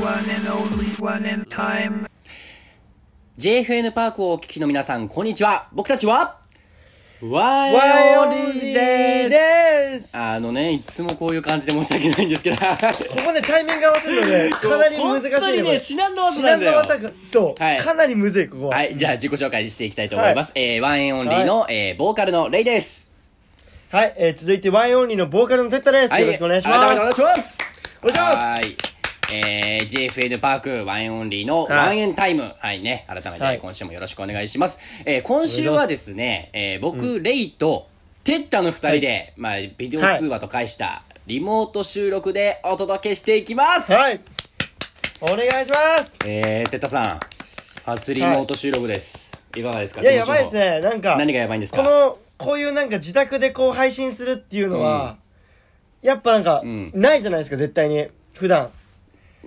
One and only one and time. JFN パークをお聞きの皆さん、こんにちは。僕たちは、ワイワオイオリリで。ですすあのね、いつもこういう感じで申し訳ないんですけど。ここで対面が合わせる のね、かなり難しい本当にねこれ至難の業なんだよ至難の業がそう、はいかなりむずい、ここは。はい、じゃあ自己紹介していきたいと思います。えー、ワンエンオンリーの、えーボーカルのレイです。はい、えー続いてワイオンリーのボーカルのテッタです、はい、よろしくお願いします。改めてお願いします。お願いしますはい。えー、JFN パークワンエンオンリーのはいワンエンタイム。はい、ね。改めはてい今週もよろしくお願いします。えー、今週はですね、えー、僕、レイと、テッタの二人で、まあ、ビデオ通話と返した、リモート収録でお届けしていきます。はい。お願いします。えー、テッタさん、初リモート収録です。い、かがですかいや、気持ちやのばいですね、なんか。何がやばいんですかこの、こういうなんか自宅でこう配信するっていうのは、やっぱなんか、んないじゃないですか、絶対に。普段。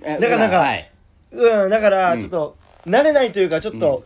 えだからなんかはい。うん、だから、ちょっと、慣れないというか、ちょっと、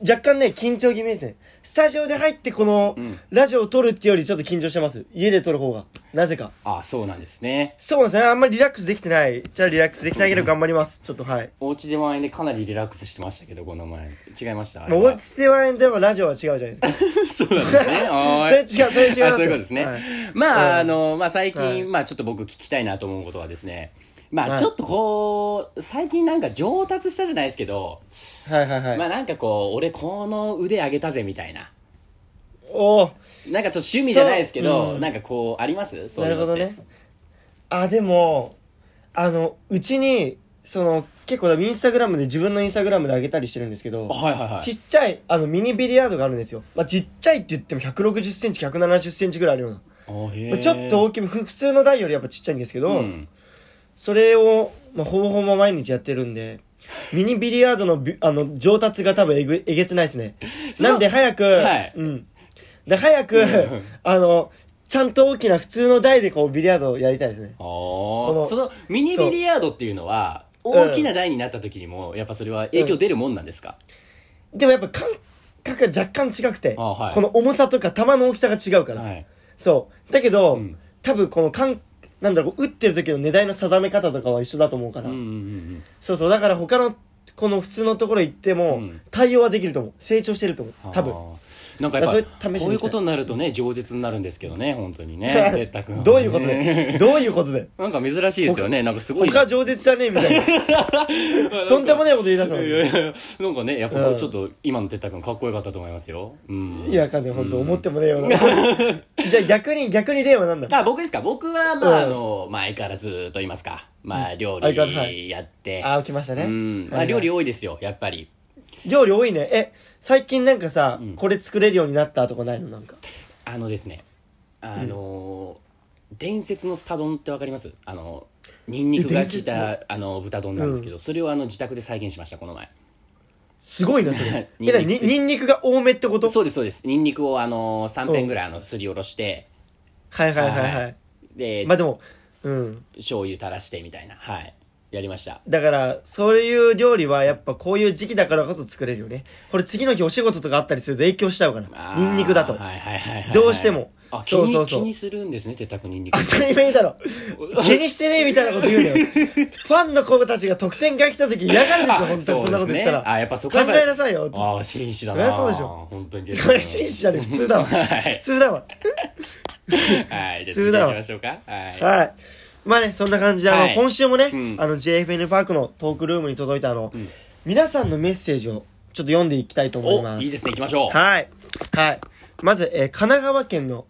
若干ね、緊張気味ですね。スタジオで入ってこの、ラジオを撮るっていうよりちょっと緊張してます。家で撮る方が。なぜか。あ、そうなんですね。そうですね、あんまりリラックスできてない。じゃあリラックスできないけど頑張ります。ちょっと、はい。お家でワンエンでかなりリラックスしてましたけど、この前。違いましたあれもはう、おうちではでもラジオは違うじゃないですか。 そうなんですね。おーいそれ違うそれ違いますよあそういうことですね。はいまあ、あの、まあ最近、はいまあちょっと僕聞きたいなと思うことはですね、まはあいちょっとこう、最近なんか上達したじゃないですけど、はいはいはい。まあなんかこう、俺この腕上げたぜみたいな。おーなんかちょっと趣味じゃないですけど、そううんなんかこう、ありますそうないるうのほっどて。ね。あ、でも、あの、うちに、その、結構インスタグラムで自分のインスタグラムで上げたりしてるんですけど、あはいはいはい。ちっちゃい、あの、ミニビリヤードがあるんですよ。まあ、ちっちゃいって言っても160センチ、170センチぐらいあるような。あへまーあちょっと大きめ、ふ普通の台よりやっぱちっちゃいんですけど、うん。それを、まあ、ほぼほぼ毎日やってるんで、ミニビリヤードのび、あの、上達が多分えぐ、えげつないですね。のなんで早く、はいうん。で、早く、あの、ちゃんと大きな普通の台でこう、ビリヤードをやりたいですね。あーのそのミニビリヤードっていうのは、う大きな台になった時にも、やっぱそれは影響出るもんなんですか、でもやっぱ感覚が若干違くて、あはいこの重さとか球の大きさが違うから。はい。そう。だけど、ん多分この感、なんだろう、打ってる時の値段の定め方とかは一緒だと思うから。うんうんうんそうそう。だから他の、この普通のところ行っても、ん対応はできると思う。成長してると思うう。ん。多分あ。ー。なんかやっぱだからそれ試してみたいこういうことになるとね、饒舌になるんですけどね、本当に ね。哲太君はねどういうこ とでどういうことでなんか珍しいですよね。なんかすごい。他饒舌じゃねえみたい な。とんでもねえこと言い出すのいに。やいやなんかね、やっぱうんちょっと今の哲太君かっこよかったと思いますよ。うん。いや、かんね、ほんと、思ってもねえ よな。じゃあ逆に、逆に例は何だあ、僕ですか僕は、まあ、あうんの、まあ、相変わらずと言いますか。まあ、料相変わらずはい理やって。あー、来ましたね。うん。まあ、はいはい料理多いですよ、やっぱり。料理多いね。え、最近なんかさ、これ作れるようになったとかないのなんか。あのですね、あのー、伝説のスタ丼ってわかりますあの、ニンニクが効いえ伝た、あの、豚丼なんですけど、それをあの、自宅で再現しました、この前。すごいな、そ れ。ニンニえ、クなに、ニンニクが多めってことそうです、そうです。ニンニクをあのー、3片ぐらいあの、すりおろして、はいはいはいは。はいで、まあでも、うん。醤油垂らしてみたいな。はい。やりました。だから、そういう料理はやっぱこういう時期だからこそ作れるよね。これ次の日お仕事とかあったりすると影響しちゃうから。あーニンニクだと。はいはいはいはい。どうしてもあ、気そうそに、うそう気にするんですね、てたくニンニク当。たり前だ ろ。気にしてねえみたいなこと言うなよ。ファンの子たちが得点が来た時嫌がるでしょ、本当にそんなこと言ったら。あ、やっぱそこは考やっぱえなさいよ。ああ、紳士だそな。りゃそうでしょ。本当に。それ紳士じゃねえ普通だわ。はい普通だわ。はい、じゃあ普次通行だきわましょうか。はい。はい。まあね、そんな感じで、あの、はい今週もね、うんあの、JFN パークのトークルームに届いたあの、皆さんのメッセージをちょっと読んでいきたいと思いおま、す。いいですね、行きましょう。はい。はい。まず、えー神奈川県の、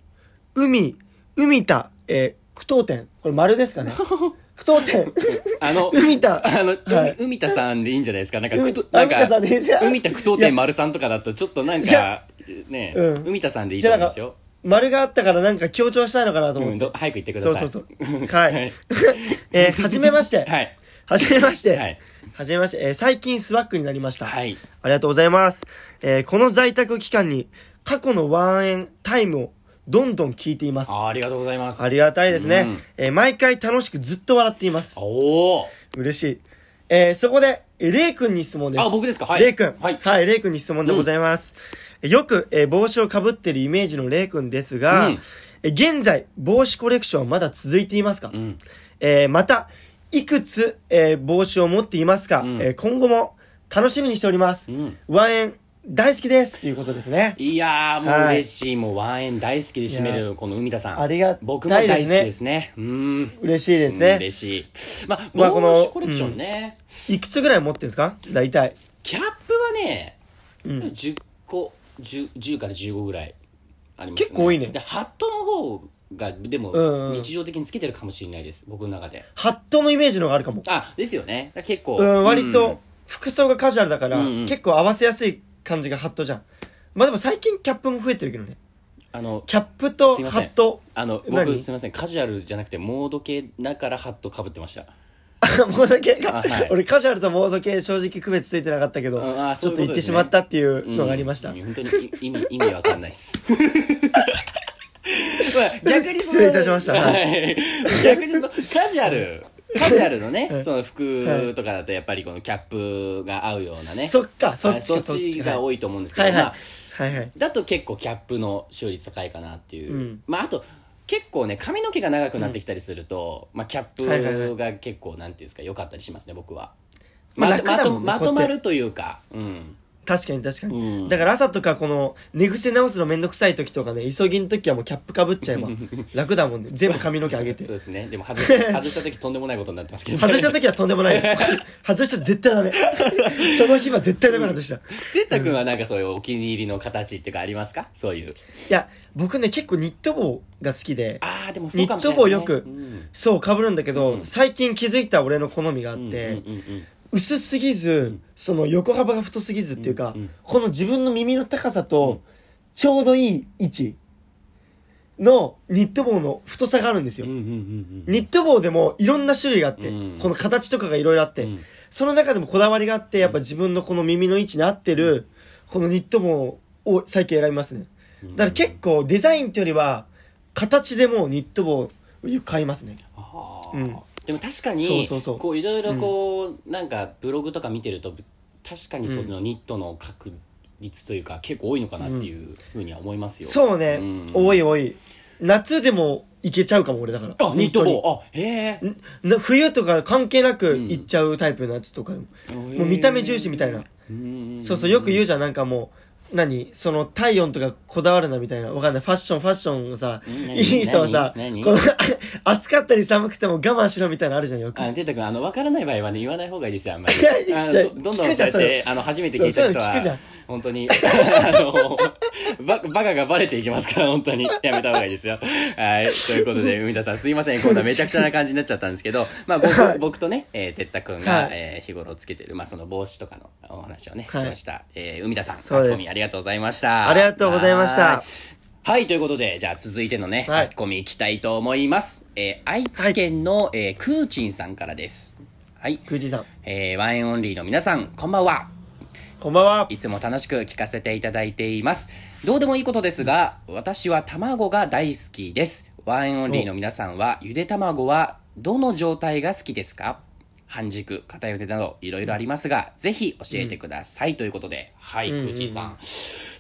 海、海田、えー、苦闘店。これ丸で すかね。苦闘店。あの、海田あの、はい海海田さんでいいんじゃないですか。なんか、海くと、なんあ海田かさんでいいじゃ、ん海田苦闘店丸さんとかだと、ちょっとなんじかゃ、ね、うん海田さんでいいじとゃあ思いなまんかすよ。、 丸があったからなんか強調したいのかなと思っうてん、ど早く言ってくださそい。。うそうそうはい。 えーはじめまして。はい。はじめまして。はいはじめまして。えー最近スワックになりました。はい。ありがとうございます。えーこの在宅期間に過去のワンエンタイムをどんどん聞いています。あーありがとうございます。ありがたいですね、うんえー毎回楽しくずっと笑っています。おお。嬉しい。えーそこで、えーレイ君に質問です。あ僕ですかはいレイ君。はいはい、レイ君に質問でございます。えーよく、えー帽子をかぶってるイメージのレイ君ですが、うんえー現在、帽子コレクションはまだ続いていますか、んえーまた、いくつ、えー帽子を持っていますか、えー今後も楽しみにしております。んワンエン大好きですっていうことですね。いやー、もうはい嬉しい。もうワンエン大好きで締めいやる、この海田さん。ありがたいですね僕も大好きですね。うーん。嬉しいですね。嬉しい。まあ、まあ帽この子コレクションね。いくつぐらい持ってるんですか大体。キャップはね、10個、10, 10から15ぐらいありますね。結構多いねで、ハットの方が、でもうんう、ん日常的につけてるかもしれないです。僕の中で。ハットのイメージの方があるかも。あ、ですよね。だから結構。うん、割と服装がカジュアルだから、うんうん結構合わせやすい感じがハットじゃん。まあでも最近キャップも増えてるけどね。あの、キャップとすいまハせんット。あの、僕、何すみません、カジュアルじゃなくて、モード系だからハットかぶってました。あ モード系あかはい。俺カジュアルとモード系正直区別ついてなかったけうど、んあちそういうことょっと言ってしまったっていうのがありました。うん本当にい意味、意味わかんないです。まあ逆にその 失礼いたしましたはい逆にそのカジュアル、カジュアルのね、その服とかだとやっぱりこのキャップが合うようなね。そっか、そっはいちそか、っちがはい多いと思うんですけはど、いはまあい。はいはい。だと結構キャップの使用率高いかなっていう、うんまああと結構ね髪の毛が長くなってきたりすると、まあ、キャッはいはいはプいが結構なんていうんですか良かったりしますね僕は、まあまとま楽だともんねまとまこうやるというか、うん、確かに確かに、うんだから朝とかこの寝癖直すのめんどくさい時とかね急ぎの時はもうキャップかぶっち ゃえば楽だもんね全部髪の毛上げてそうですねでも外 し外した時とんでもないことになってますけど、外した時はとんでも ないよ外したら絶対ダメその日は絶対ダメ外した、いてったくんはなんかそういうお気に入りの形っていうかありますかそういうや僕ね結構ニット帽が好きでああでもそうかもしれないニット帽よくうんそうかぶるんだけど、最近気づいた俺の好みがあっうんて、うんうん薄すぎずその横幅が太すぎずっていうか、うんうんこの自分の耳の高さとちょうどいい位置のニット帽の太さがあるんですよ、うんうんうんうんニット帽でもいろんな種類があって、うんこの形とかがいろいろあって、うんその中でもこだわりがあって、やっぱ自分のこの耳の位置に合ってる、このニット帽を最近選びますね。だから結構デザインというよりは、形でもうニット帽を買いますね。ああうんでも確かにそうそうそうこういろいろこう、なんかブログとか見てると確かにそのニットの確率というか、結構多いのかなっていうふうには思いますよ、そうね、うん多い多い。夏でもいけちゃうかも、俺だから。あニット本帽あへえ当にんな冬とか関係なくいっちゃうタイプのやつとか、もう見た目重視みたいな。そうそう、よく言うじゃん、なんかもう、何その体温とかこだわるなみたいな。わかんない。ファッション、ファッションをさ、ん何いい人はさ、こ何何の 暑かったり寒くても我慢しろみたいなのあるじゃん、よく。あてったくんあの分からない場合はね言わない方がいいですよあんま りいやいやあのいやどどんど聞んくじそゃうんやってあの初めて聞いたそう人そういうの聞くじゃはん本当に あのババカがバレていきますから本当に やめた方がいいですよはいということ で海田さんすいませんこんなめちゃくちゃな感じになっちゃったんですけどまあ僕僕とねえーてったくんはがいえー日頃つけてるまあその帽子とかのお話をねはいしましたえー海田さんそうです書き込みありがとうございましたありがとうございましたはーはい、ということで、じゃあ続いてのね、はい書き込みいきたいと思います。えー愛知県の、えークーチンさんからです。はい。クージーさん。えーワンエンオンリーの皆さん、こんばんは。こんばんは。いつも楽しく聞かせていただいています。どうでもいいことですが、私は卵が大好きです。ワンエンオンリーの皆さんは、ゆで卵はどの状態が好きですか半熟、片ゆでなど、いろいろありますが、ぜひ教えてください。ということで、はい、くーちんさん。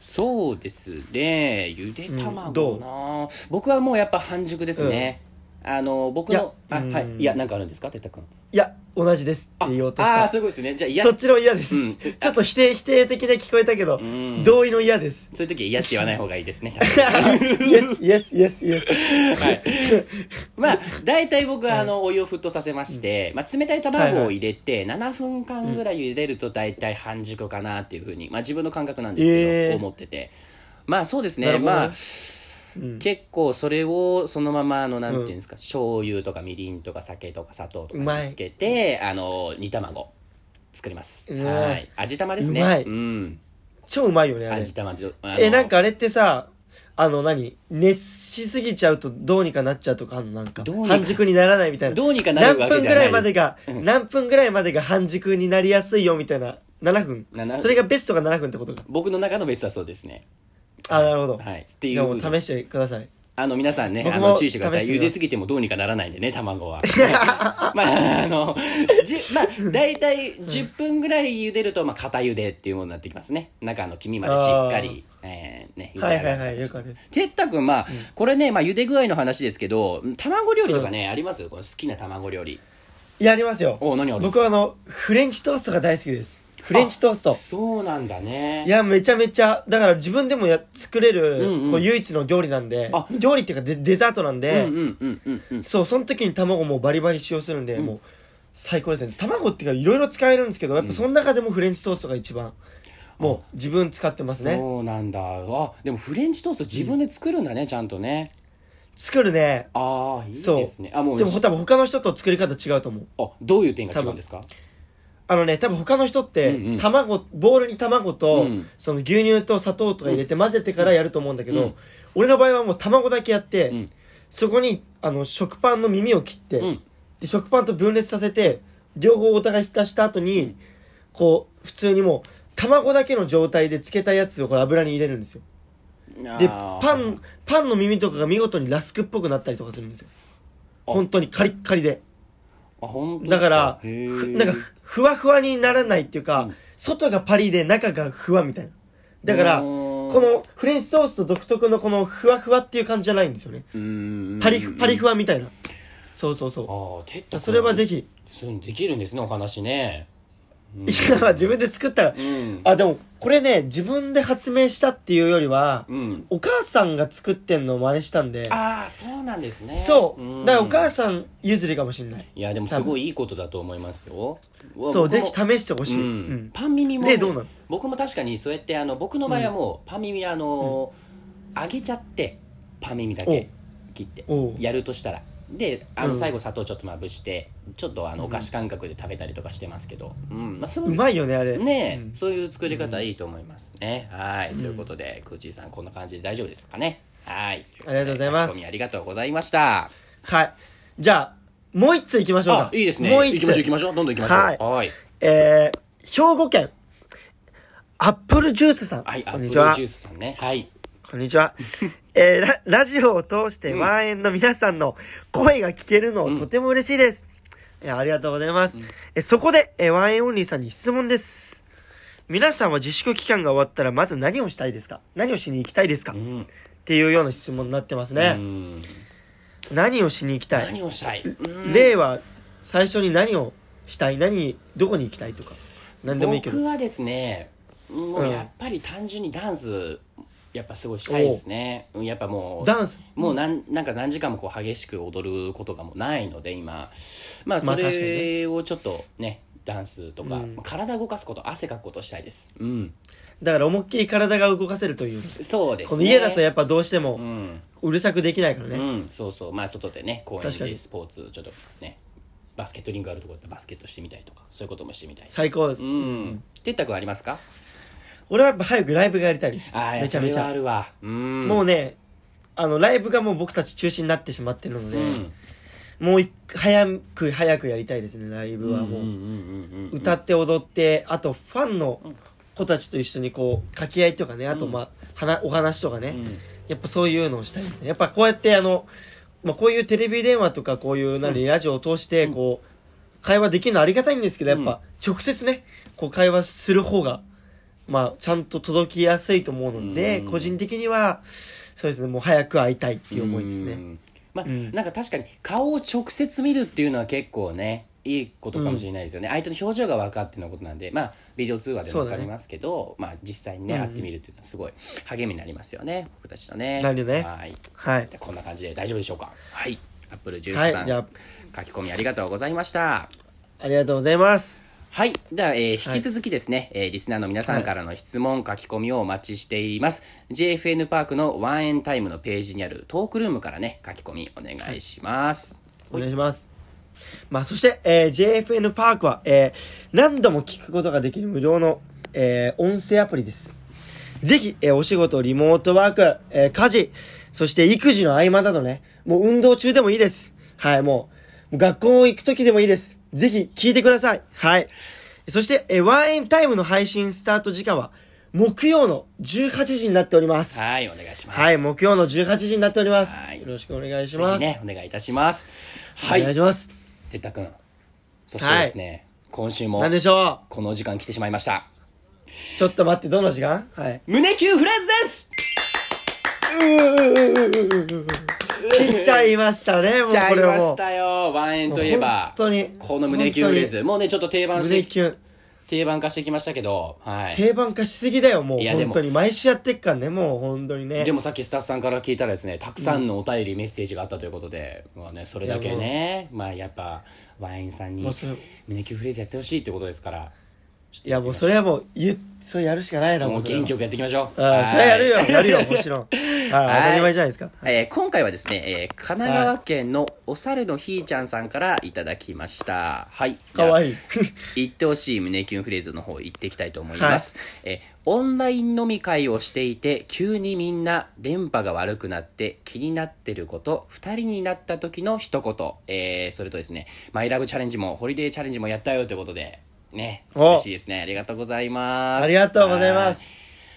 そうですね、ゆでうん卵どな、僕はもうやっぱ半熟ですね。あの、僕の、いやあ、はうい、んいや、なんかあるんですか、てったくん。いや、同じですって言おうとしああー、た。そういうことですね。じゃあ、いやそっ、ちの嫌です、うんちょっと否定、否定的で聞こえたけど、ん同意の嫌 です。 そういう時は嫌って言わない方がいいですね。多分イエス、イエス、イエス、イエス。はい。まあ、大体僕は、あの、お湯を沸騰させまして、まあ、冷たい卵を入れて、7分間ぐらい茹でると大体半熟かなっていうふうに、まあ、自分の感覚なんですけえど、ー思ってて。まあ、そうですなね。るほどねまあ、うん結構それをそのままあのなんていうんですか、醤油とかみりんとか酒とか砂糖とうまかいにつけてあの煮卵作りますうわはい味玉ですねうまいん超うまいよね、あれ味。玉味玉あのえ、なんかあれってさ、あの何、熱しすぎちゃうとどうにかなっちゃうとかあんのなんかどうにか半熟にならないみたいな。どうにかな何るわけ分じぐゃらないまでいですが、何分ぐらいまでが半熟になりやすいよみたいな。7分7分それがベストが7分ってことか。僕の中のベストはそうですねあ、なるほど。はいっていうでも試してください。あの皆さんね、僕あもの注意してください。試し茹てみますですぎてもどうにかならないんでね、卵 は。 まあ、あの、じゅまあ、大体10分ぐらい茹でると、まあ、片茹でっていうものになってきますね。中の黄身までしっかり、えーね、茹ではい上はがるいはい、よくある。てったくん、まあ、これね、まあ、茹で具合の話ですけど、卵料理とかね、ありますこの好きな卵料理。いや、ありますよ。お何あるんです僕はあの、フレンチトーストが大好きです。フレンチトースト。そうなんだねいや、めちゃめちゃ、だから自分でもや作れる、うんうんこう唯一の料理なんであ、料理っていうかデデザートなんうんで、うんうんうんうんそう、その時に卵もバリバリ使用するんで、もう、最高ですね。卵っていうか、いろいろ使えるんですけど、やっぱその中でもフレンチトーストが一番、もう自分使ってますね。そうなんだあでもフレンチトースト自分で作るんだね、ちゃんとね作るね。ああいいそう。ですねあもうでも多分他の人と作り方違うと思う。あどういう点が違うんですかあのね、多分他の人って、うんうん卵、ボウルに卵と、うんその牛乳と砂糖とか入れて混ぜてからやると思うんだけど、うん俺の場合はもう卵だけやって、うんそこに、あの、食パンの耳を切って、うんで、食パンと分裂させて、両方お互い浸した後に、こう、普通にもう、卵だけの状態で漬けたやつをこれ油に入れるんですよ。で、あーパン、パンの耳とかが見事にラスクっぽくなったりとかするんですよ。あ本当にカリッカリで。あ本当ですだから、へーふなんかふ、ふわふわにならないっていうか、外がパリで中がふわみたいな。だから、うーんこのフレンチソースと独特のこのふわふわっていう感じじゃないんですよね。うーんパリフ、パリふわみたいな。そうそうそう。ああテッドそれはぜひひ、できるんですねお話ねいや自分で作った、んあ、でも、これね、自分で発明したっていうよりは、うんお母さんが作ってんのを真似したんで、ああそうなんですねそう。んだからお母さん譲りかもしれない。いやでもすごいいいことだと思いますよわ僕そう、もぜひ試してほしい。ううんん、パン耳も、ねどうなの僕も確かにそうやってあの僕の場合はもうパン耳あの、揚げちゃってパン耳だけ切っておうやるとしたらであのうん最後砂糖ちょっとまぶしてちょっとあのお菓子感覚で食べたりとかしてますけど、うんまあ、すごういまいよね、あれ。ねえ、うんそういう作り方いいと思いますね。はい、ということで、クーチーさんこんな感じで大丈夫ですかね。はい。ありがとうございます書き込みありがとうございました。はい。じゃあ、もう一つ行きましょうあか、。いいですね。もう一行きつ。ましょう行きましょう。どんどん行きましょう。はいはい。えー、兵庫県、アップルジュースさん。はい、アッこんプルにジちはュ。ースさんね。はい。こんにちは。 えーラ、ラジオを通してワンエンの皆さんの声が聞けるの、とても嬉しいです。えーありがとうございます。えーそこで、えーワンエンオンリーさんに質問です。皆さんは自粛期間が終わったら、まず何をしたいですか何をしに行きたいですか、うっん。ていうような質問になってますうね。ん。何をしに行きたい何をしたい。うん例は最初に何をしたい何にどこに行きたいとか何でもいいけ僕どはですね、もううんやっぱり単純にダンス、やっぱすごいしたいですね。うんやっぱもう。ダンスもうなんなんか何時間もこう激しく踊ることがもうないので今まあまそあ確かにねれをちょっとねダンスとか、うん体動かすこと汗かくことしたいですうんだから思いっきり体が動かせるというそうですこねの家だとやっっぱどうしてもぱうん、うるさくできないからうね、ん、そうそうまあ外でね公園確かでにスポーツちょっとねバスケットリングあるところでバスケットしてみたりとかそういうこともしてみたいです最高ですうんてったくありますか俺はやっぱ早くライブがやりたいですああめめちちゃゃめめちちゃあゃるわうんもううねあのライブがもう僕たち中止になってしまってるので、んもうい早く早くやりたいですねライブはもう、うんうんうんうん歌って踊ってあとファンの子たちと一緒にこう掛け合いとかねあとまあ、はなお話とかね、んやっぱそういうのをしたいですねやっぱこうやってあの、まあ、こういうテレビ電話とかこういう何、ラジオを通してこう、会話できるのありがたいんですけどやっぱ直接ねこう会話する方がまあちゃんと届きやすいと思うので、うん個人的にはそうですねもう早く会いたいっていう思いですね、うんまあ、なんか確かに顔を直接見るっていうのは結構ねいいことかもしれないですよね、相手の表情が分かってのことなんでまあビデオ通話でも分かりますけど、まあ実際にね、会ってみるっていうのはすごい励みになりますよね僕たちのねなるよねはいはいこんな感じで大丈夫でしょうかはいアップルジューはスいさん、じゃ書き込みありがとうございましたありがとうございますはい。では、えー引き続きですね、えーリスナーの皆さんからの質問、書き込みをお待ちしています。JFN パークのワンエンタイムのページにあるトークルームからね、書き込みお願いします。お願いします。まあ、そして、えー JFN パークは、えー何度も聞くことができる無料の、えー音声アプリです。ぜひ、えーお仕事、リモートワーク、えー家事、そして育児の合間などね、もう運動中でもいいです。はい、もう、学校行く時でもいいです。ぜひ、聞いてください。はい。そして、えーワンエンタイムの配信スタート時間は、木曜の18時になっております。はい、はい、お願いします。木曜の18時になっております。はいよろしくお願いしぜまひす。ね、お願いいたします。はお願いいし。ます。てったくん。そしてですね、今週もなん、でしょこの時間来てしまいました。うちょっと待って、どの時間はい。胸キュンフレーズです来ちゃいましたね、もうしちゃこいれまはもしう。たよワンエンといえば本当にこの胸キュンフレーズもうねちょっと定番し胸てキュン。定番化してきましたけどはい定番化しすぎだよ、もう。いやでも本当に。毎週やってっからね、もう本当に ね。でもさっきスタッフさんから聞いたらですねたくさんのお便りメッセージがあったということで、まあね、それだけねまあやっぱワインさんもにうそれ胸キュンフレーズやってほしいってことですからいやもうそれはもう、言っそれやるしかないな、もうそれは元気よくやっていきましょうあはあ、いそれはやる よ、やるよ、もちろん。はい、当たり前じゃないですか。えー今回はですね、えー神奈川県のお猿のひーちゃんさんからいただきました。はい。かわいい。言ってほしい胸キュンフレーズの方言っていきたいと思います、えオンライン飲み会をしていて急にみんな電波が悪くなって気になってること2人になった時の一言、えーそれとですねマイラブチャレンジもホリデーチャレンジもやったよということでねお嬉しいですねありがとうございます ありがとうございますは。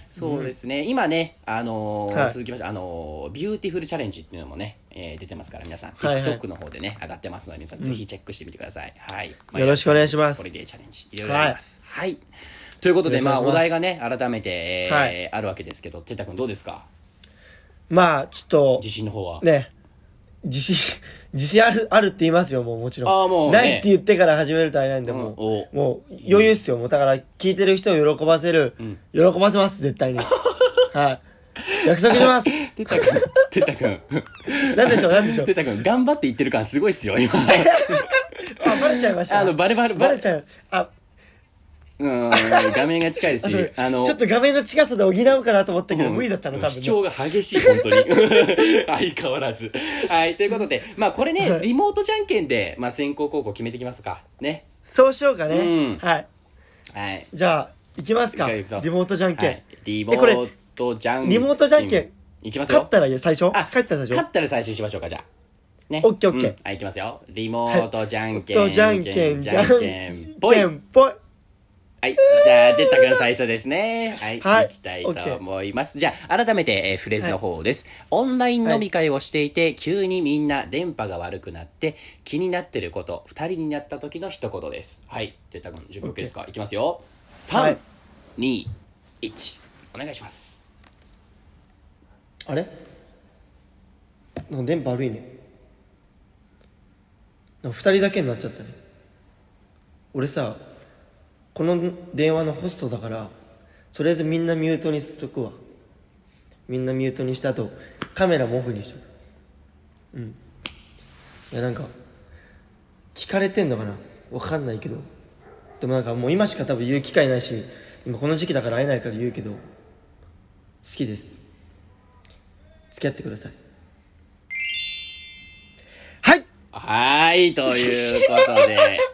そうですね、今ね、あのーはい続きまして、あのービューティフルチャレンジっていうのもね、えー出てますから、皆さん、はいはい TikTok の方でね、上がってますので、皆さん、ぜひチェックしてみてください。はい。よろしくお願いしますこれでチャレンジ、いろいろあります。はい。ということで、よろしくお願まいあ、しますお題がね、改めて、えーはいあるわけですけど、てたくんどうですかまあ、ちょっ自信の方は。と、ね、自信、 自信ある、あるって言いますよ、もうもちろん。ああもうねないって言ってから始めるとあれなんで、うんもう、おもう余裕っすよ。もうだから、聞いてる人を喜ばせる、喜ばせます、絶 対に。はい。約束します。てたく ん、てたくん、なんでしょう、なんでしょうて。たくん、頑張って言ってる感すごいっすよ、今。あ、バレちゃいました。あの、バレバレ、ババレレち、ゃう。あ、うん、画面が近いし あ、そうあの、ちょっと画面の近さで補うかなと思ったけど、うん無理だったの、多分主ね。張が激しい、本当に。 相変わらず。はい、ということで、まあこれね、リモートじゃんけんで、まあ先行後攻決めていきますか。ね。そうしようかうねん。はい。はい。じゃあ、行きますか。一回リ行くぞモートじゃんけはんい。リモえこれートじゃんけん。リモートじゃんけん。いきますよ。勝ったらいい最初あ勝ったら最勝初ったら最終しましょうか、じゃあ。ね。オッケーオッケーうんはい、いきますよ。リモートじゃんけん。とじゃんけん、じじゃゃんんけん。ぽい。けんぽい。はい。じゃあ、出たくん最初ですね。はい。はいいきたいと思います。じゃあ、改めて、えーフレーズの方です、オンラインはい飲み会をしていて、急にみんな電波が悪くなって、気になってること、二人になった時の一言です。はい。出たくん、準備 OK ですか、いきますよ。は3い、二一1。お願いします。あれなんか電波悪いね。なんか二人だけになっちゃったね。俺さ、この電話のホストだから、とりあえずみんなミュートにしとくわ。みんなミュートにした後、カメラもオフにしとく。うん。いやなんか、聞かれてんのかなわかんないけど。でもなんかもう今しか多分言う機会ないし、今この時期だから会えないから言うけど、好きです。付き合ってくださいはいはーい、ということで。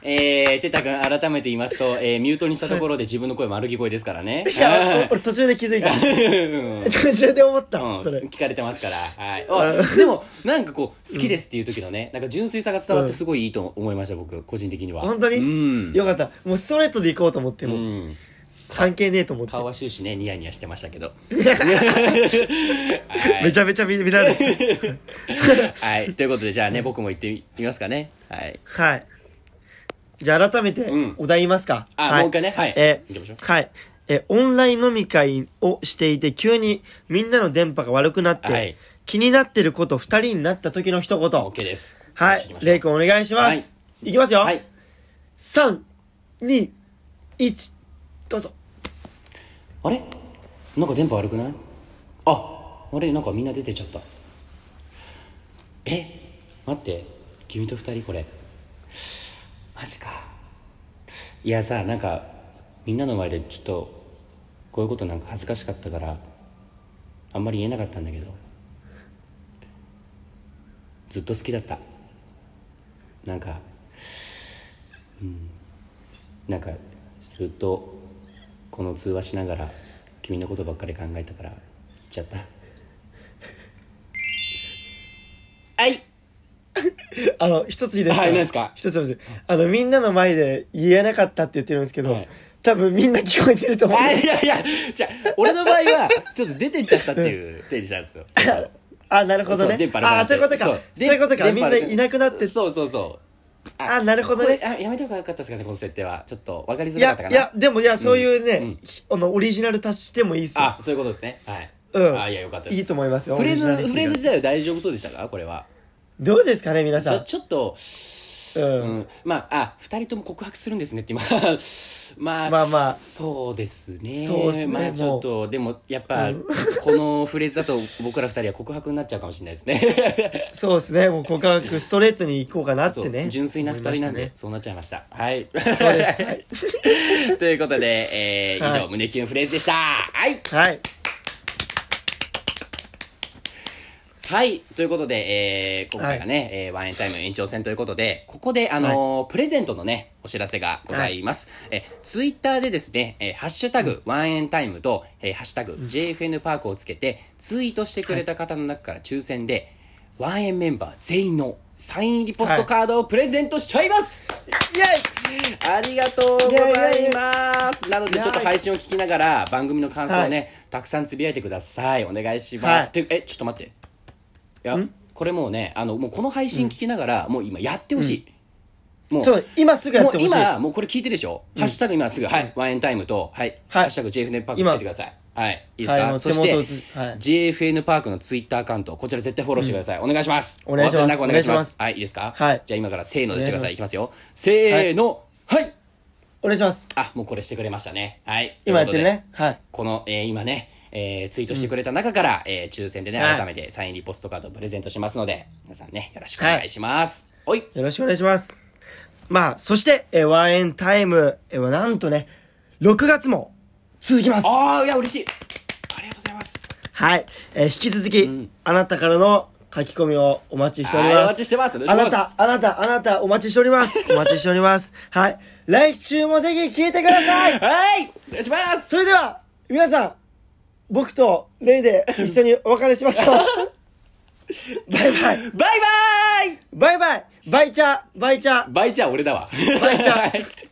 えー、てたくん、改めて言いますと、えーミュートにしたところで自分の声丸聞こえですからね。い やお俺途中で気づいた途中で思った、うんそれ、聞かれてますから。はい。あでも、なんかこう、好きですっていう時のね、なんか純粋さが伝わってすごいいいと思いました、僕、個人的には。本当に、うん。よかったもうストレートで行こうと思っても、うん関係ねえと思って顔は終始ね、ニヤニヤしてました けど。めちゃめちゃ見見られてる はい。ということで、じゃあね、僕も行ってみみますかね。はい。はいじゃあ改めてうんお題言いますか、あはいもう一回ねはいえ行きましょうはいえオンライン飲み会をしていて急にみんなの電波が悪くなって、はい気になってること二人になった時の一言 OK です。はい行きましょうレイ君お願いします、はいい、きますよ、はい。三、二、一、どうぞ。あれなんか電波悪くないああれなんかみんな出てっちゃったえ待って君と二人これマジかいやさなんかみんなの前でちょっとこういうことなんか恥ずかしかったからあんまり言えなかったんだけどずっと好きだったなんかうんなんかずっとこの通話しながら君のことばっかり考えたから言っちゃったはいあの、一ついいですかはい何ですか一つです。あの、みんなの前で言えなかったって言ってるんですけど、はい多分みんな聞こえてると思う。あいやいやじゃあ俺の場合はちょっと出てっちゃったっていう定義なんですよちょっとあ、なるほどそう電ね。波なくなっあ、てそういうことか。そういうことか。電み波んななくいなくなって、そうそうそうあなるほどねこれあやめてばよかったですかねこの設定はちょっと分かりづいらかったか、やないや、でもいや、そういうね、うんあの、オリジナル足してもいいっすよ。あそういうことですねはいうん。あいやよかったですいいと思いますよ。フレーオリジナリティズ、がフレーズ自体は大丈夫そうでしたかこれは。どうですかね、皆ちょ、さちょっと、ん。う。うんん。まあ、あ、二人とも告白するんですねって今。 まあ、まあまあそうですね。そうですねまあちょっと、でも、やっぱ、このフレーズだと僕ら二人は告白になっちゃうかもしれないです ね。そうですね。もう告白ストレートに行こうかなっそてう、ね。純粋な二人なんで、思いそうなっちゃいました。はい。ましたね。そうで す。ということで、えー以上、はい胸キュンフレーズでした。はい。はい。はい。はい。ということで、えー今回がね、えーワンエンタイム延長戦ということで、ここで、あのープレゼントのね、お知らせがございます。えー、ツイッターでですね、えーハッシュタグ、ワンエンタイムと、えーハッシュタグ、JFN パークをつけて、ツイートしてくれた方の中から抽選で、ワンエンメンバー全員のサイン入りポストカードをプレゼントしちゃいます、イェイありがとうございます。なので、ちょっと配信を聞きながら、番組の感想をね、たくさんつぶやいてください。お願いしまはす。いてえ、ちょっと待って。いや、これもうね、あの、もうこの配信聞きながら、もう今やってほしい。もう、そう、今すぐやっもうてほしい。今、もうこれ聞いてるでしょハッシュタグ今すぐ、はい、ワンエンタイムと、はい、ハはいッシュタグ JFN パークつけてください。はい、いいですはいもかうそし手て元をつはい、 JFN パークのツイッターアカウント、こちら絶対フォローしてください。お願いします。お願いします忘れなくお願いしおま願いしすます。はい、いいですかはいじゃあ今からせーのでしてください。お願いしますいきますよ。せーの、はいお願いします。あ、もうこれしてくれましたね。はい。今やってといるうことで。ね。はい。この、えー今ね、えーツイートしてくれた中から、えー抽選でね、はい改めてサインリポストカードをプレゼントしますので、皆さんね、よろしくお願いします。おい、よろしくお願いします。まあ、そして、えーワンエンタイムえーはなんとね、6月も続きます。あー、いや、嬉しいありがとうございます。はい。えー引き続き、あなたからの書き込みをお待ちしておりはいます。お待ちしてますおあ願いなしますた、あなた、あなた、お待ちしております。 お待ちしております。はい。来週もぜひ聞いてくださいはいお願いしますそれでは、皆さん、僕とレイで一緒にお別れしましょう。 バイババイ。イバーイバイバイ。バイチャー、バイチャー。バイチャー俺だわ。バイチャ ーはい